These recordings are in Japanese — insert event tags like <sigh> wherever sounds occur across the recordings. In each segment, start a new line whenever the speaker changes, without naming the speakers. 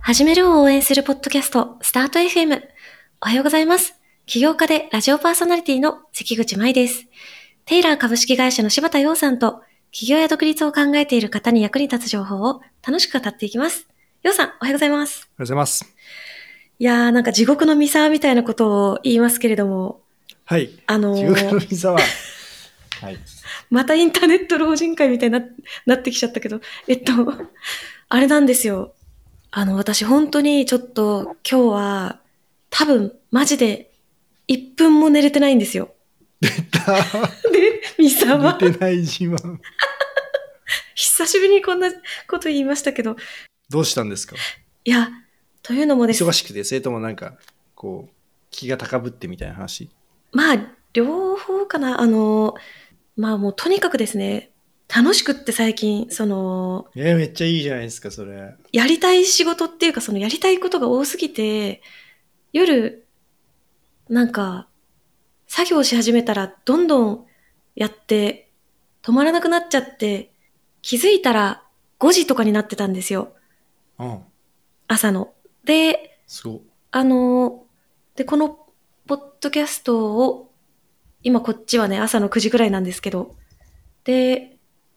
始めるを応援するポッドキャスト、スタート FM。おはようございます。起業家でラジオパーソナリティの関口舞です。テイラー株式会社の柴田洋さんと、起業や独立を考えている方に役に立つ情報を楽しく語っていきます。洋さん、おはようございます。
おはようございます。
いやー、なんか地獄のミサーみたいなことを言いますけれども、
はい。
あのー
地獄のピザは、はい。
またインターネット老人会みたいにななってきちゃったけど、えっと、あれなんですよ。あの、私本当にちょっと今日は多分マジで1分も寝れてないんですよ。 <laughs> で、ミサは
寝てない自 <laughs> 慢。
久しぶりにこんなこと言いましたけど、
どうしたんですか
いや、というのもです
忙しくて、それともなんか、こう、気が高ぶってみたいな話。
まあ、両方かな。あの、まあもうとにかくですね、楽しくって最近、その、
えーめっちゃいいじゃないですか、それ。
やりたい仕事っていうか、そのやりたいことが多すぎて、夜、なんか、作業し始めたら、どんどんやって、止まらなくなっちゃって、気づいたら5時とかになってたんですよ。
うん。
朝の。で、
すごっ。
あの、で、この、ポッドキャストを、今こっちはね、朝の9時くらいなんですけど、で、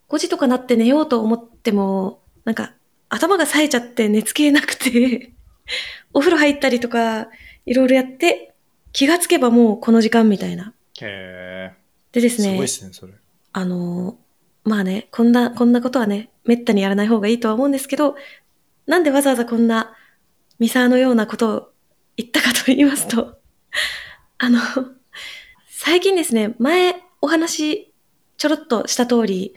5時とかなって寝ようと思っても、なんか、頭が冴えちゃって寝つけなくて、 <laughs> お風呂入ったりとか、いろいろやって、気がつけばもうこの時間みたいな。
へ
でで
え。
す
すご
ね、
いですね、それ。
あの、まあね、こんな、こんなことはね、めったにやらない方がいいとは思うんですけど、なんでわざわざこんなミサーのようなことを言ったかと言いますと、あの、最近ですね、前お話ちょろっとした通り、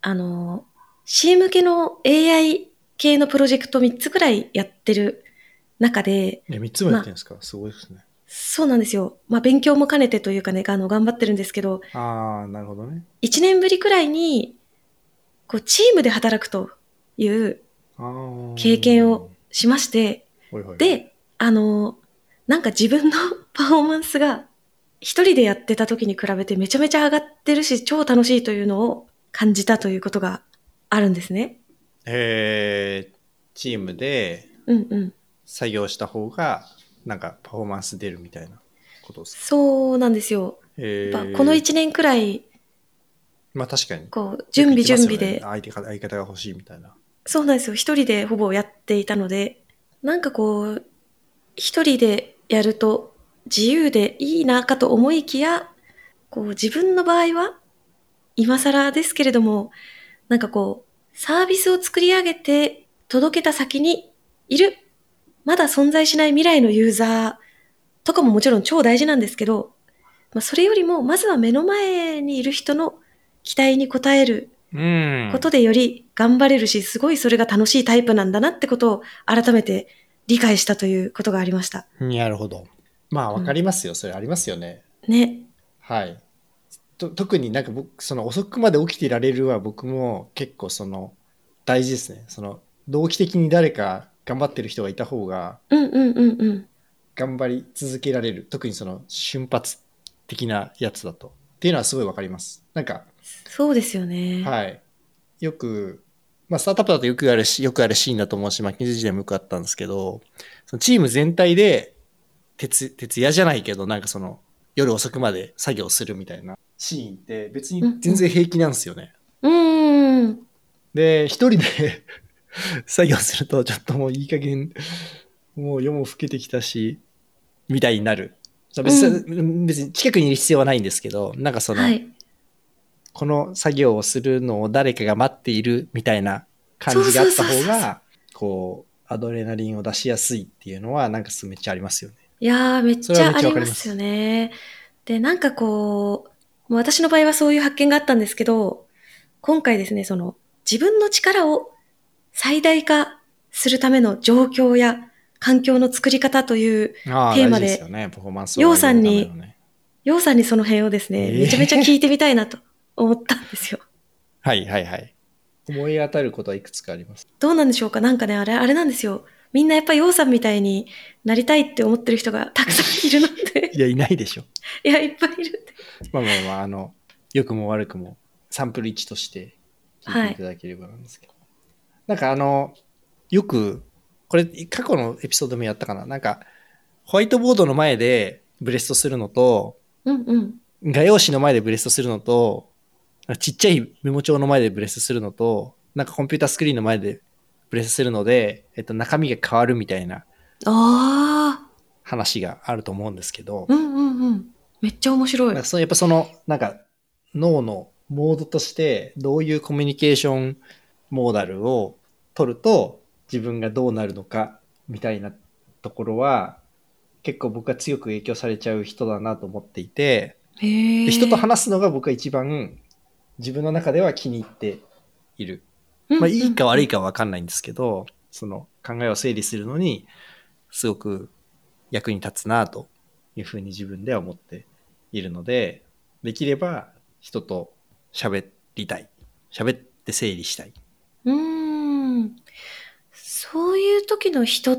あの、C 向けの AI 系のプロジェクト3つくらいやってる中で、
え、3つもやってるんですか、すごいですね。
そうなんですよ。まあ勉強も兼ねてというかね、あの、頑張ってるんですけど、
ああ、なるほどね。
一年ぶりくらいに、こう、チームで働くという
あー
経験を。しまして、
ほいほい、
で、あの、なんか自分の <laughs> パフォーマンスが、一人でやってた時に比べてめちゃめちゃ上がってるし、超楽しいというのを感じたということがあるんですね。
えー、チームで
うんうん。
作業した方が、なんかパフォーマンス出るみたいなことですか。
そうなんですよ。
え
やっぱこの一年くらい、
まあ確かに。
こう、準備準備
よく行
で
きますよね相手か相方が欲しいみたいな。
そうなんですよ。一人でほぼやっていたので、なんかこう、一人でやると自由でいいなかと思いきや、こう自分の場合は、今更ですけれども、なんかこう、サービスを作り上げて届けた先にいる、まだ存在しない未来のユーザーとかももちろん超大事なんですけど、まあ、それよりも、まずは目の前にいる人の期待に応える
うん
ことでより頑張れるし、すごいそれが楽しいタイプなんだなってことを改めて理解したということがありました。
なるほど。まあわかりますよ、それありますよね。
ね。
はい。と特になんか僕、その遅くまで起きていられるは僕も結構その大事ですね。その同期的に誰か頑張ってる人がいた方が
うんうんうんうん。
頑張り続けられる。特にその瞬発的なやつだと。っていうのはすごいわかります。なんか、
そうですよね。
はい。よく、まあ、スタートアップだとよくあるし、よくあるシーンだと思うし、マッキンズ時代もよくあったんですけど、そのチーム全体で、徹徹夜じゃないけど、なんかその、夜遅くまで作業するみたいなシーンって、別に全然平気なんですよね。
うーん。
で、一人で <laughs> 作業すると、ちょっともういい加減、もう夜も更けてきたし、みたいになる。そう別に別に近くにいる必要はないんですけど、なんかその、
はい。
この作業をするのを誰かが待っているみたいな感じがあった
そう
方
そうそうそう
が、こう、アドレナリンを出しやすいっていうのは、なんかめっちゃありますよね。
いやー、めっ
そ
ち
れは
ゃ
め
あ
っち
り
ゃわか
ま
ります
すよね。で、なんかこう、もう私の場合はそういう発見があったんですけど、今回ですね、その、自分の力を最大化するための状況や環境の作り方という、
あ
あ
あ、
テー
大
マ
事
で
ですよね。パフォーマンス
ようさんに
上げるためのね
ようさんにその辺をですね、
えー
めちゃめちゃ聞いてみたいなと思ったんですよ。
はいはいはい。思い当たることはいくつかあります。
どうなんでしょうかなんかね、あれ、あれなんですよ。みんなやっぱりうさんみたいになりたいって思ってる人がたくさんいるので、
<laughs> いや、いないでしょ。
いや、いっぱいいるんで。
まあまあまあ、あの、良くも悪くも、サンプル1として聞いていただければなんですけど。なんかあの、よくこれ過去のエピソードでもやったかななんかホワイトボードの前でブレストするのと
うんうん。
画用紙の前でブレストするのとちっちゃいメモ帳の前でブレストするのとなんかコンピュータースクリーンの前でブレストするので、えっと、中身が変わるみたいな
ああ。
話があると思うんですけど、
うんうんうん。めっちゃ面白い。
なんかそのやっぱそのなんか脳のモードとしてどういうコミュニケーションモーダルを取ると自分がどうなるのかみたいなところは結構僕は強く影響されちゃう人だなと思っていて
へえ。
で人と話すのが僕は一番自分の中では気に入っている、まあ、いいか悪い
か。
かは分かんないんですけどその考えを整理するのにすごく役に立つなというふうに自分では思っているのでできれば人と喋りたい喋って整理したい、
うーん。そういう時の人っ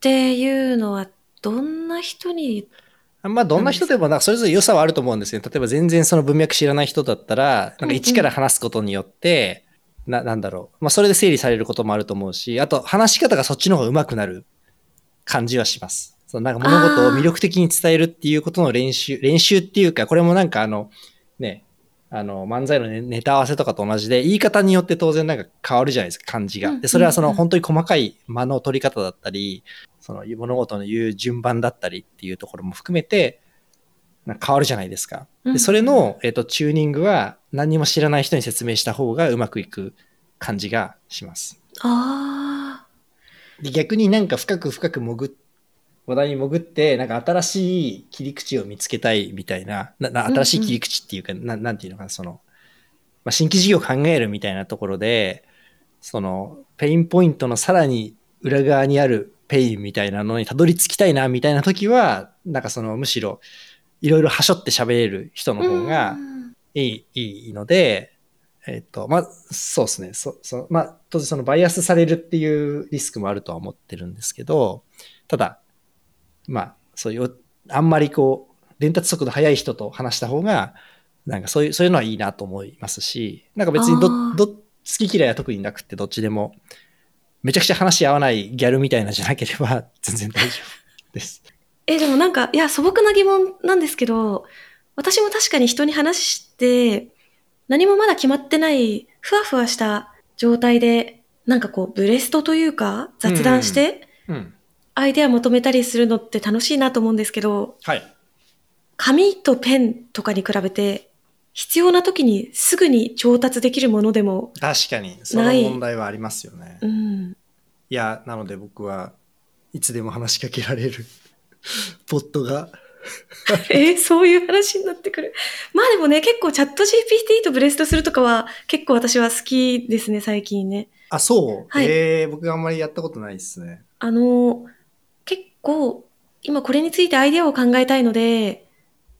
ていうのは、どんな人に、
まあどんな人でもなんかそれぞれ良さはあると思うんですよ例えば全然その文脈知らない人だったらなんか一から話すことによってななんだろう、まあ、それで整理されることもあると思うしあと話し方がそっちの方が上手くなる感じはしますそのなんか物事を魅力的に伝えるっていうことの練習練習っていうかこれもなんかあのねあの漫才のネネタ合わせとかと同じで言い方によって当然なんか変わるじゃないですか感じ
うんう
が
ん
でそれはそ
うん
の本当に細かい間の取り方だったりその物事の言う順番だったりっていうところも含めてなんか変わるじゃないですか。
うん
でそれの、えっとチューニングは何にも知らない人に説明した方がうまくいく感じがします。
ああ。
で逆になんか深く深く潜っ話題に潜ってなんか新しい切り口を見つけたいみたいななな新しい切り口っていうか、ななんていうのかなその、まあ、新規事業を考えるみたいなところでそのペインポイントのさらに裏側にあるペインみたいなのにたどり着きたいなみたいな時はなんかそのむしろいろいろはしょって喋れる人の方が、
うん
いい、いいので、えっ、と、まあ、そうですね。そ、そ、まあ、当然そのバイアスされるっていうリスクもあるとは思ってるんですけど、ただ、まあ、そういう、あんまりこう、伝達速度速い人と話した方が、なんかそういう、そういうのはいいなと思いますし、なんか別にど
あー、
ど、好き嫌いは特になくて、どっちでも、めちゃくちゃ話し合わないギャルみたいなじゃなければ、全然大丈夫です。
え、でもなんか、いや、素朴な疑問なんですけど、私も確かに人に話して、何もまだ決まってない、ふわふわした状態で、なんかこう、ブレストというか、雑談して、
うん。
アイデア求めたりするのって楽しいなと思うんですけど、
はい。
紙とペンとかに比べて、必要な時にすぐに調達できるものでも、
確かに、その
ない
問題はありますよね。
うん。 <laughs>
いや、なので僕はいつでも話しかけられる <laughs> ボットが。
えーそういう話になってくる。まあでもね、結構チャット GPT とブレストするとかは、結構私は好きですね、最近ね。
あ、そう、
はい
えー僕があんまりやったことないですね。
あの、結構、今これについてアイデアを考えたいので、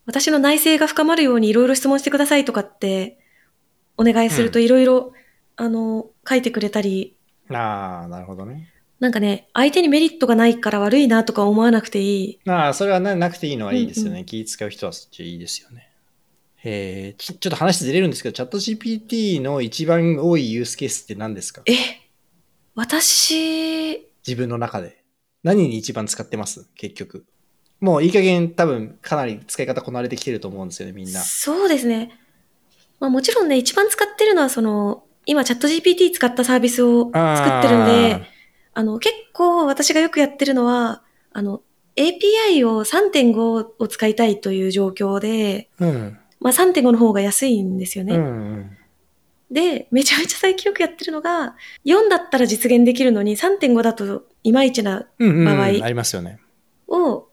私の内省が深まるようにいろいろ質問してくださいとかって、お願いすると
う
いろいろ、あの、書いてくれたり、
ああ、なるほどね。
なんかね、相手にメリットがないから悪いなとか思わなくていい。
ああ、それはななくていいのはいいですよね。
うん
気使う人はそっちいいですよね。えーちちょっと話ずれるんですけど、チャット GPT の一番多いユースケースって何ですか
え私、
自分の中で。何に一番使ってます結局。もういい加減多分かなり使い方こなれてきてると思うんですよね、みんな。
そうですね。まあもちろんね、一番使ってるのはその、今チャット GPT 使ったサービスを作ってるんで、あの、結構私がよくやってるのは、あの、API を3.5を使いたいという状況で、
あー。うん。
まあ3.5の方が安いんですよね。
うんうん。
で、めちゃめちゃ最近よくやってるのが、4だったら実現できるのに3.5だといまいちな
うんうんうん、
場合
ありますよね。
を、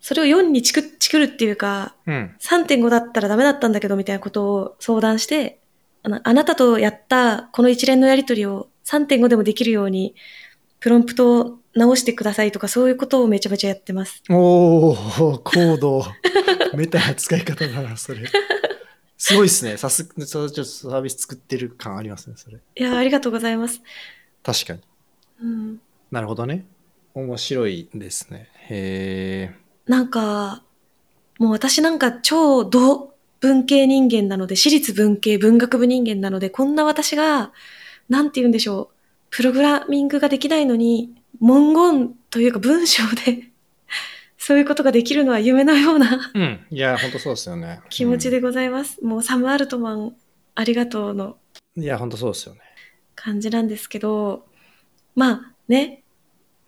それを4にチクチクるっていうか、
うん。
3.5だったらダメだったんだけどみたいなことを相談して、あのあなたとやったこの一連のやりとりを3.5でもできるように、プロンプトを直してくださいとかそういうことをめちゃめちゃやってます。
おお、高度。 <laughs> メタな使い方だな、それ。すごいですね。さすが、そちょっとサービス作ってる感ありますね、それ。
いやー、ありがとうございます。
確かに。
うん、
なるほどね。面白いですね。へ
なんか、もう私なんか超ど文系人間なので、私立文系文学部人間なので、こんな私が、なんて言うんでしょう、プログラミングができないのに、文言というか文章で <laughs> そういうことができるのは夢のような
うん。いや、本当そうですよね。
気持ちでございます。もうサム・アルトマンありがとうの
うん。いや、本当そうですよね。
感じなんですけど、まあね、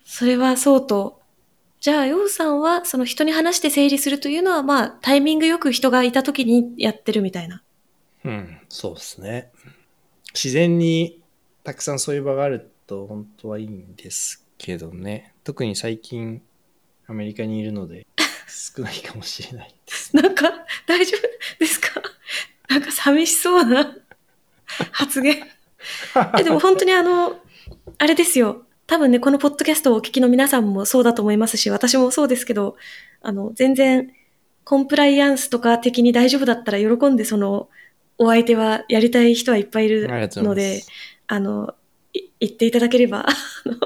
それはそうと、じゃあ、ヨウさんは、その人に話して整理するというのは、まあ、タイミングよく人がいた時にやってるみたいな。
うん、そうですね。自然にたくさんそういう場があると本当はいいんですけどね。特に最近アメリカにいるの <laughs> で少ないかもしれないですね。
なんか、大丈夫ですかなんか寂しそうな発言。えでも本当にあの、あれですよ。多分ね、このポッドキャストをお聞きの皆さんもそうだと思いますし、私もそうですけど、あの、全然、コンプライアンスとか的に大丈夫だったら喜んで、その、お相手はやりたい人はいっぱいい
あり
る
がとうご
の
ざいま。、
ですあの、い言っていただければ、あの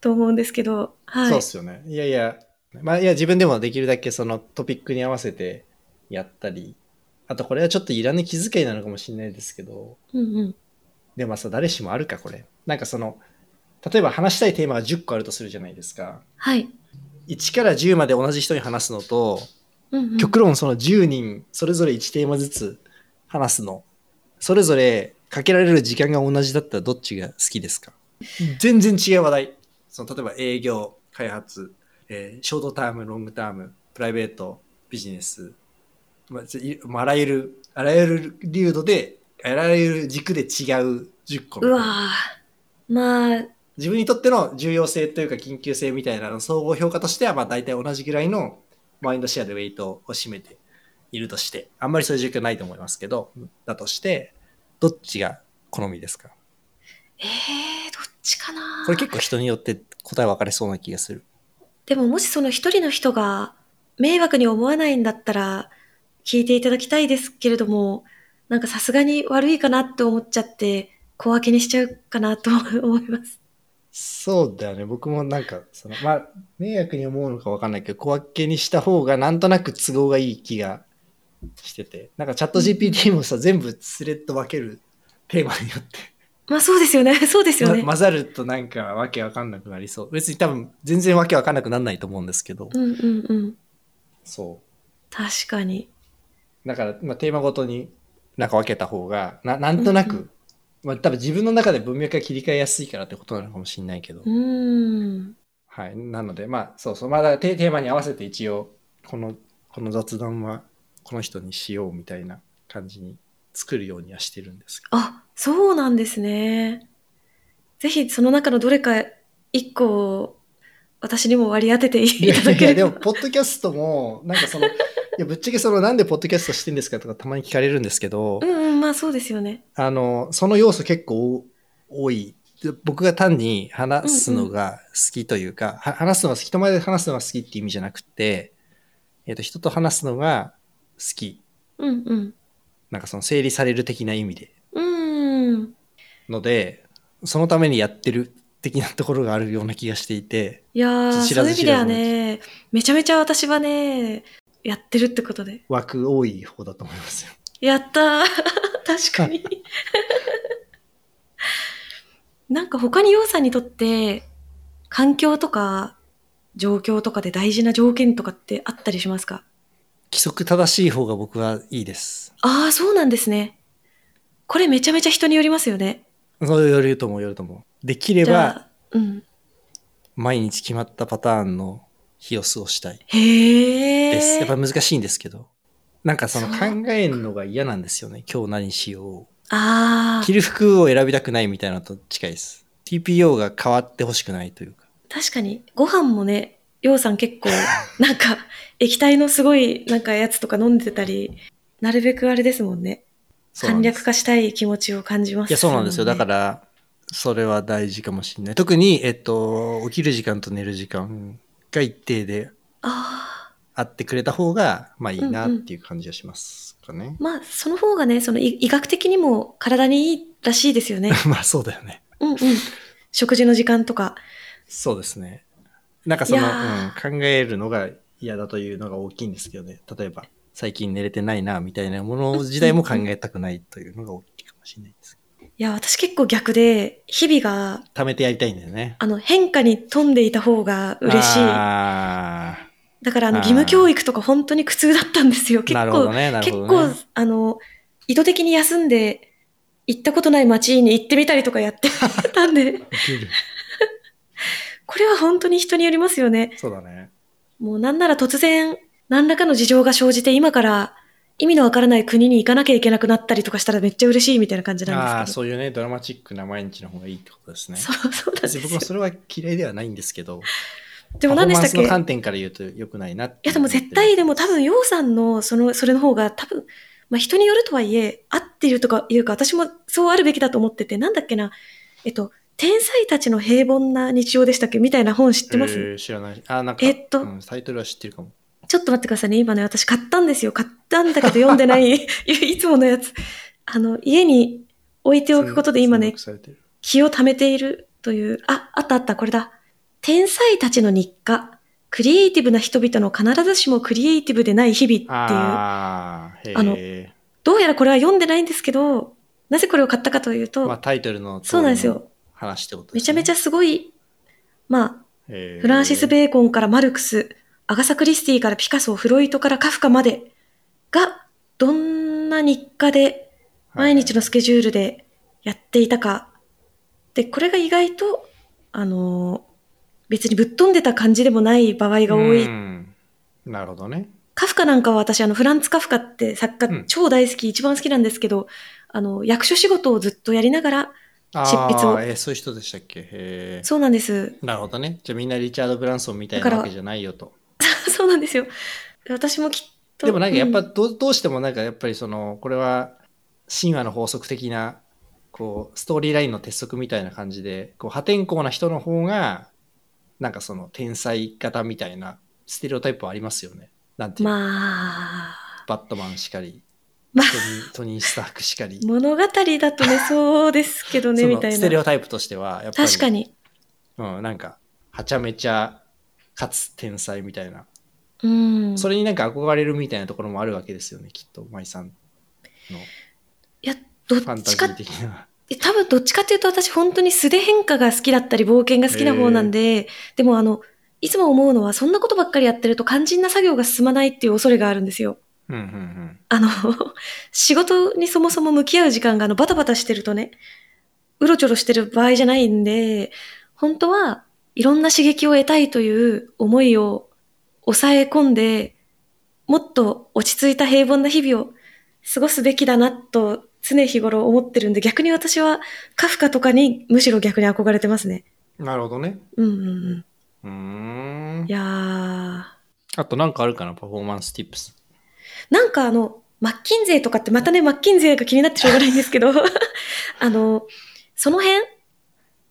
と思うんですけど、はい。
そうですよね。いやいや、まあいや自分でもできるだけそのトピックに合わせてやったり、あとこれはちょっといらね気遣いなのかもしれないですけど、
うんうん。
でもさ、誰しもあるかこれ。なんかその、例えば話したいテーマが10個あるとするじゃないですか。
はい。
1から10まで同じ人に話すのと、
うんうん、
極論その10人それぞれ1テーマずつ話すのそれぞれかけられる時間が同じだったらどっちが好きですか全然違う話題その例えば営業開発、えーショートタームロングタームプライベートビジネス、まあちょいまああらゆるあらゆる流度であらゆる軸で違う10個みたいうな
わぁ。まあ、
自分にとっての重要性というか緊急性みたいなの総合評価としてはまあ大体同じぐらいのマインドシェアでウェイトを占めているとしてあんまりそういう状況ないと思いますけどだとしてどっちが好みですか
えー、どっちかな
これ結構人によって答え分かれそうな気がする
でももしその一人の人が迷惑に思わないんだったら聞いていただきたいですけれども、なんかさすがに悪いかなって思っちゃって、小分けにしちゃうかなと <laughs> 思います。
そうだよね僕もなんかそのまあ迷惑に思うのか分かんないけど小分けにした方がなんとなく都合がいい気がしててなんかチャット GPT もさ全部スレッド分けるテーマによって
まあそうですよね。 <laughs> そうですよね
ま。混ざるとなんかわけわかんなくなりそう別に多分全然わけわかんなくならないと思うんですけど、
うんうんうん。
そ
確かに。
うだから、まあ、テーマごとになんか分けた方がななんとなく、
うんう
まあ、多分自分の中で文脈が切り替えやすいからってことなのかもしれないけど、
うーん。
はいなのでまあそうそうまあだからテテーマに合わせて一応このこの雑談はこの人にしようみたいな感じに作るようにはしてるんですけど
あ、そうなんですね。ぜひその中のどれか一個を私にも割り当ててい
いや
ただ
い
け
や
れ
<laughs> でも
ば。
ポッドキャストもなんかそのいやぶっちゃけそのなんでポッドキャストしてんですかとかたまに聞かれるんですけど、
うんうん、まあそうですよね。
あの、その要素結構多い。で僕が単に話すのが好きというか、は話すのは人前で話すのが好きって意味じゃなくて、えっ、と、人と話すのが好き。
うんうん。
なんかその整理される的な意味で。
うーん。
ので、そのためにやってる的なところがあるような気がしていて、
いやー
知
そ
ら
ういう
ず
意味
知
で
ら
は
ずのうち
ね、めちゃめちゃ私はね、やってるってことで。
枠多い方だと思いますよ。
やったー <laughs> 確かに。 <laughs> なんか他に洋さんにとって、環境とか、状況とかで大事な条件とかってあったりしますか
規則正しい方が僕はいいです。
ああ、そうなんですね。これめちゃめちゃ人によりますよね。
それよると思う、よると思う。できれ
じゃ
ば、
あ、うん。
毎日決まったパターンの日を過ごしたい。
へえ。
です。やっぱ難しいんですけど。なんかその
そう
考えるのが嫌なんですよね。今日何しよ
あ
う。
あ
着、る服を選びたくないみたいなのと近いです。TPO が変わってほしくないというか。
確かに、ご飯もね、ようさん結
<laughs>
構、なんか、液体のすごい、なんかやつとか飲んでたり、なるべくあれですもんね。
そうな
簡
んで
略
す
化したい気持ちを感じます、。
いや、そうなんですよ。だからら、それは大事かもしれない。特に、えっと、起きる時間と寝る時間が一定で
ああ、
あってくれた方が、まあいいなっていう感じがしますかね。
まあ、その方がね、その医医学的にも体にいいらしいです
<laughs>
よね。
<laughs> まあそうだよね。
うんうん。食事の時間とか。
そうですね。なんかその、
いうや
ん、考えるのが嫌だというのが大きいんですけどね。例えば、最近寝れてないな、みたいなもの自体も考えたくないというのが大きいかもしれないです。
いや、私結構逆で、日々が、
貯めてやりたいんだよね。
あの、変化に富んでいた方が嬉しい。
あ
だから、あの、
あー
義務教育とか本当に苦痛だったんですよ。
ー
結
なるほ
構、
どね、なる
結
ほど
構
ね。、
あの、意図的に休んで、行ったことない街に行ってみたりとかやって
<laughs>
たんで、
受ける
これは本当に人によりますよね。
<laughs> そうだね。
もうなんなら突然、何らかの事情が生じて、今から意味のわからない国に行かなきゃいけなくなったりとかしたらめっちゃ嬉しいみたいな感じ
あ
なん
あ、
ですけど。
そういうね、ドラマチックな毎日の方がいいってことですね。
そう、そうなんで
別
す
に
よ
僕も。それは嫌いではないんですけど、
でも何でしたっ
パフォーマンスの
け
観点から言うと良くないなって
いやでも絶対でも多分楊さんのそのそれの方が多分、まあ、人によるとはいえ合っているとかいうか私もそうあるべきだと思っててなんだっけなえっと天才たちの平凡な日常でしたっけみたいな本知っ
知
てます、
知らない。あー、なんか、
えっと
うんタイトルは知ってるかも。
ちょっと待ってくださいね今ね私買ったんですよ買ったんだけど読んでない <laughs> いいつものやつあの家に置いておくことで今ね
通訳されてる
気を貯めているという、あ、あったあった、これだ。天才たちの日課。クリエイティブな人々の必ずしもクリエイティブでない日々っていう。
ああ、へ
あの
え。
どうやらこれは読んでないんですけど、なぜこれを買ったかというと、
まあタイトルの通
そう
り
なんです
の
よ。
話ってこと
め
で
ち
す
ゃ
ね。
めちゃすごい、まあ、
フ
フランシス・ベーコンからマルクス、アガサ・クリスティからピカソ、フロイトからカフカまでが、どんな日課で毎日のスケジュールでやっていたか。で、これが意外と、あのー別にぶっ飛んでた感じでもない場合が多い。
うんなるほどね。
カフカなんかは私、あの、フランツ・カフカって作
う
家
ん
超大好き、一番好きなんですけど、あの、役所仕事をずっとやりながら、
執
筆を
えーそういう人でしたっけへえ。
そうなんです。 <laughs>
なるほどね。じゃあみんなリチャード・ブランソンみたい
だか
な
ら
わけじゃないよと。
そうなんですよ。私もきっと。
でもなんかやっぱ
う
ど,、うどうしてもなんかやっぱりその、これは神話の法則的な、こう、ストーリーラインの鉄則みたいな感じで、こう、破天荒な人の方が、なんかその天才型みたいなステレオタイプはありますよね。なんていうの、
まあ、
バットマンしかり、
まあ
トニートニー・スタークしかり。
物語だと
<laughs>
ね、そうですけどね、
その
みたい
ステレ
な。
オタイプとしては、やっぱり。
確かに。
うん、なんか、はちゃめちゃ、かつ天才みたいな。
うん。
それになんか憧れるみたいなところもあるわけですよね、きっと、舞さんの
いや、ど
ファン
っ
タ
ち
ジ
か
ー的な。
え多分どっちかっていうと私本当に素で変化が好きだったり冒険が好きな方なんで、でもあの、いつも思うのはそんなことばっかりやってると肝心な作業が進まないっていう恐れがあるんですよ。
うんうんうん。
あの、 <laughs> 仕事にそもそも向き合う時間があのバタバタしてるとね、うろちょろしてる場合じゃないんで、本当はいろんな刺激を得たいという思いを抑え込んで、もっと落ち着いた平凡な日々を過ごすべきだなと常日頃思ってるんで、逆に私はカフカとかにむしろ逆に憧れてますね。
なるほどね。
うんうんうん。
うーん
い。やー。
あとなんかあるかな、パフォーマンスティップス。
なんかあの、マッキンゼーとかってまたね、マッキンゼーが気になってしょうがないんですけど、 <laughs> あの、その辺、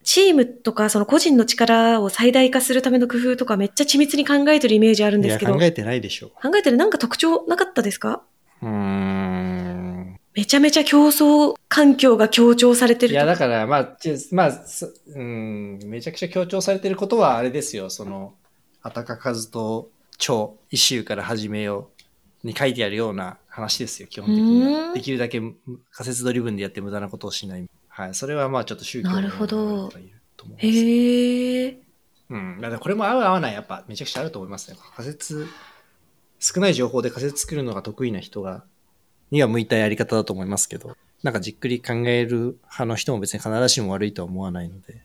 チームとかその個人の力を最大化するための工夫とかめっちゃ緻密に考えてるイメージあるん
い
で
や、
すけど、
考
考え
えてないでしょ
てるなんか特徴なかったですか
う。うーん。
めちゃめちゃ競争環境が強調されて
い
る
や、
と
だ
か。
から、まあ、ちゅまあ、すうん、めちゃくちゃ強調されてることはあれですよ、その、あたかかずと超一周から始めように書いてあるような話ですよ、基本的に
う
は。
ん
できるだけむ仮説ドリブンでやって無駄なことをしない。はい、それはまあちょっと宗教の
なるほど
ようなものがいると思うんですけど
へえ。
うん、だからこれも合う合わない、やっぱめちゃくちゃあると思いますね。仮説、少ない情報で仮説作るのが得意な人が、には向いたやり方だと思いますけど、なんかじっくり考える派の人も別に必ずしも悪いとは思わないので、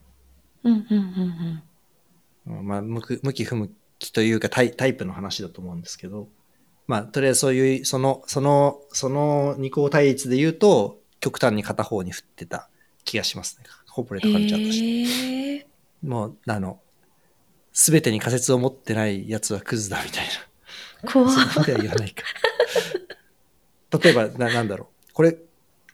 うんうんうんうん。
うんまあ、向く向き不向きというかタイタイプの話だと思うんですけど、まあ、とりあえずそういう、その、その、その二項対立で言うと、極端に片方に振ってた気がしますね。コーポレートカルチャーとして。
へえ。
もう、あの、すべてに仮説を持ってないやつはクズだみたい
怖
な。
っ
そこまでは言わないか。例えば、な、なんだろう。これ、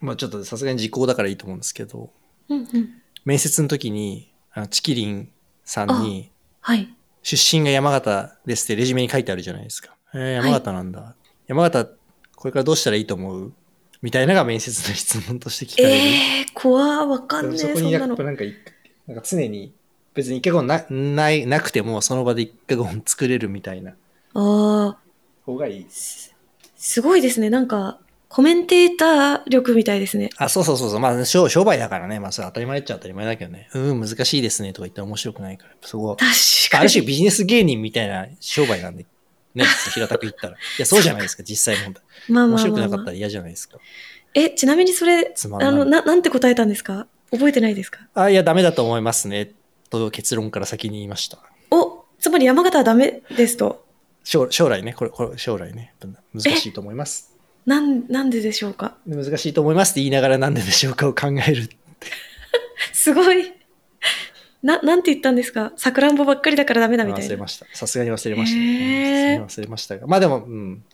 まあちょっとさすがに時効だからいいと思うんですけど、
うんうん。
面接の時に、あのチキリンさんに、
はい。
出身が山形ですってレジュメに書いてあるじゃないですか。えー、山形なんだ。山形、これからどうしたらいいと思うみたいなのが面接の質問として聞かれる。
ええー、怖っわかんね
そ
え、
こ
そん
にや
な
っ
の
ぱ。なんか一回、なんか常に、別に一回ゴンなないなくても、その場で一回ゴン作れるみたいな
ああ。
方がいい。
すごいですね。なんか、コメンテーター力みたいですね。
あ、そうそうそうそう。まあ、商商売だからね。まあ、それ当たり前っちゃ当たり前だけどね。うん、難しいですね。とか言って面白くないから。そこ、
確
あ
か
る
に。
種ビジネス芸人みたいな商売なんで。ね、 <laughs> 平たく言ったら。いや、そうじゃないですか、実際問題。
まあ
面
まあ
白く
まあ、
な
ま
か
あ
ったら嫌じゃないですか。
え、ちなみにそれ、
つま
あ
んな
の、
い。
な、なんて答えたんですか覚えてないですか
あ、いや、ダメだと思いますね。と結論から先に言いました。
お、つまり山形はダメですと。
将将来ね、これ、これ将来ね、難しいと思います。
なん、なんででしょうか
難しいと思いますって言いながらなんででしょうかを考える。
すごい。な、なんて言ったんですかさくらんぼばっかりだからダメだ <laughs> みたい
忘れ
な
ま。した。さすがに忘れました。
へー
うんさすがに忘れましたが。まあでも、うん。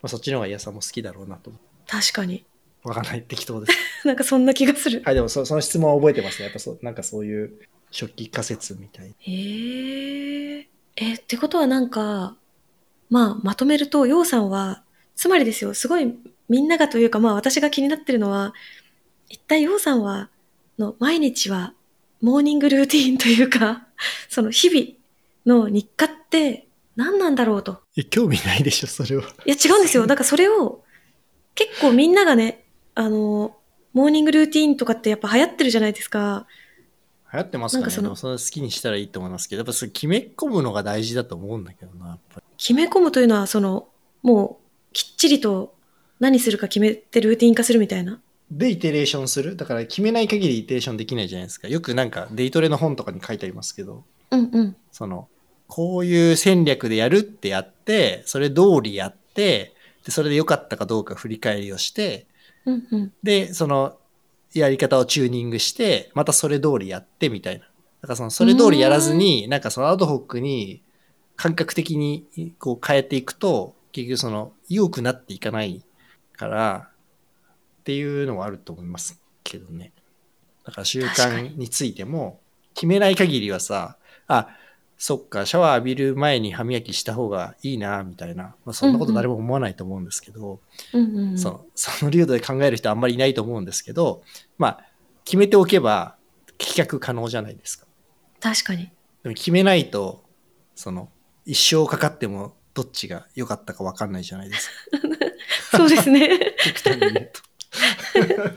まあ、そっちの方がイヤさんも好きだろうなと。
確かに。
わかんない。適当です。
<laughs> なんかそんな気がする。
はい、でもそその質問は覚えてますね。やっぱそう、なんかそういう初期仮説みたいな。
へーえ、ってことはなんか、まあ、まとめると、ようさんは、つまりですよ、すごいみんながというか、まあ私が気になってるのは、一体ようさんは、の毎日は、モーニングルーティーンというか、 <laughs> その日々の日課って何なんだろうと。
え、興味ないでしょ、それは。
いや、違うんですよ。だからそれを、結構みんながね、あの、モーニングルーティーンとかってやっぱ流行ってるじゃないですか。
流行ってます
な
か
ん
ね
か
そ
その
でもそれ好きにしたらいいと思いますけど、やっぱそれ決め込むのが大事だと思うんだけどな、やっぱり。
決め込むというのは、その、もう、きっちりと何するか決めてルーティン化するみたいな。
で、イテレーションする。だから決めない限りイテレーションできないじゃないですか。よくなんかデイトレの本とかに書いてありますけど、
うんうん。
その、こういう戦略でやるってやって、それ通りやって、で、それで良かったかどうか振り返りをして、
うんうん。
で、そのやり方をチューニングして、またそれ通りやってみたいな。だからそのそれ通りやらずに、なんかそのアドホックに感覚的にこう変えていくと、結局その良くなっていかないから、っていうのはあると思いますけどね。だから習
確か
慣についても、決めない限りはさ、あ、そっか、シャワー浴びる前に歯磨きした方がいいな、みたいな。まあ、そんなこと誰も思わないと思うんですけど、
うんうんうん。
その <laughs> その流度で考える人あんまりいないと思うんですけど、まあ、決めておけば棄却可能じゃないですか。
確か <laughs> に。
でも決めないと、その、一生かかってもどっちが良かったか分かんないじゃな
<laughs>
いですか。
そうですね。
極端に言うと <laughs>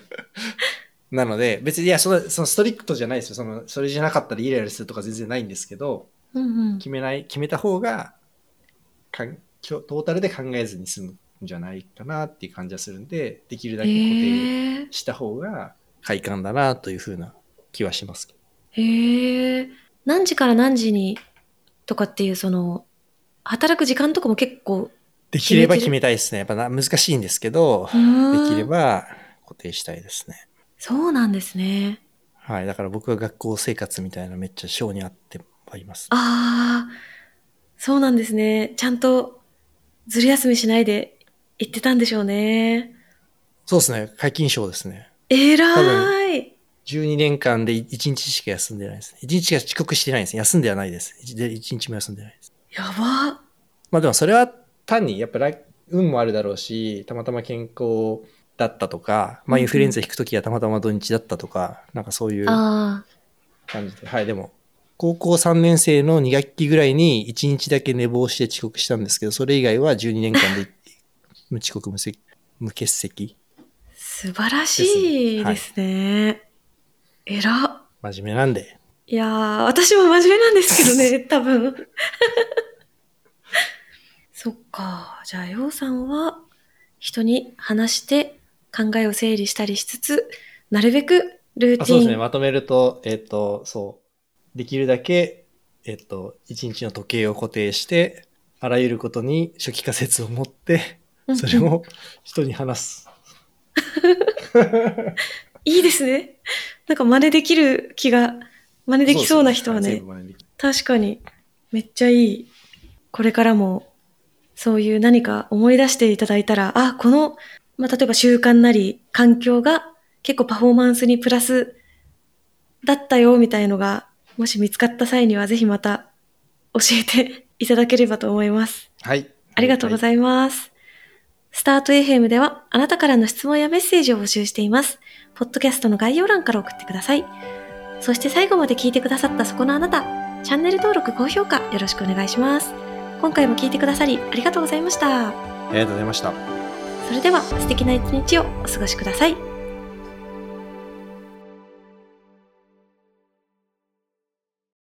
なので、別に、いや、その、そのストリクトじゃないですよ。その、それじゃなかったらイライラするとか全然ないんですけど、
うんうん。
決めない、決めた方が、かんきょトータルで考えずに済むんじゃないかなっていう感じがするんで、できるだけ固定
へえ。
した方が快感だなというふうな気はしますけど。
へえ。何時から何時にとかっていう、その、働く時間とかも結構、
できれば決めたいですね。やっぱな難しいんですけど、
うーん
できれば固定したいですね。
そうなんですね。
はい。だから僕は学校生活みたいなめっちゃ性に合ってはいます。
ああ、そうなんですね。ちゃんとずる休みしないで行ってたんでしょうね。
そうですね。解禁症ですね。
えらい。
12年間で1日しか休んでないですね。1日しか遅刻してないです。休んではないです。一で一日も休んでないです。
やば。
まあでもそれは単にやっぱり運もあるだろうし、たまたま健康だったとか、まあインフルエンザ引くときはたまたま土日だったとか、なんかそういう。
ああ、
感じで。はい、でも、高校3年生の2学期ぐらいに1日だけ寝坊して遅刻したんですけど、それ以外は12年間で <laughs> 無遅刻無せ無欠席。
素晴らしいですね。えら。
真面目なんで。
いやー、私も真面目なんですけど <laughs> ね、多分。そっか。じゃあ、ようさんは、人に話して考えを整理したりしつつ、なるべくルーティ
あ
ン。
そうですね、まとめると、えっ、と、そう。できるだけ、えっ、と、1日の時計を固定して、あらゆることに初期仮説を持って、
うんうん
それを人に話す。
いいですね。なんか真似できる気が、真似できそうな人は
そ
ね、
うです全部真似できる
確かに、めっちゃいい。これからも、そういう何か思い出していただいたら、あ、この、まあ、例えば習慣なり、環境が結構パフォーマンスにプラスだったよ、みたいのが、もし見つかった際には、ぜひまた教えていただければと思います。
はい。
ありがとうございます。スタート FM ではあなたからの質問やメッセージを募集しています。ポッドキャストの概要欄から送ってください。そして最後まで聞いてくださったそこのあなた、チャンネル登録、高評価よろしくお願いします。今回も聞いてくださりありがとうございました。
す。ありがとうございました。
さそれでは素敵な一日をお過ごしください。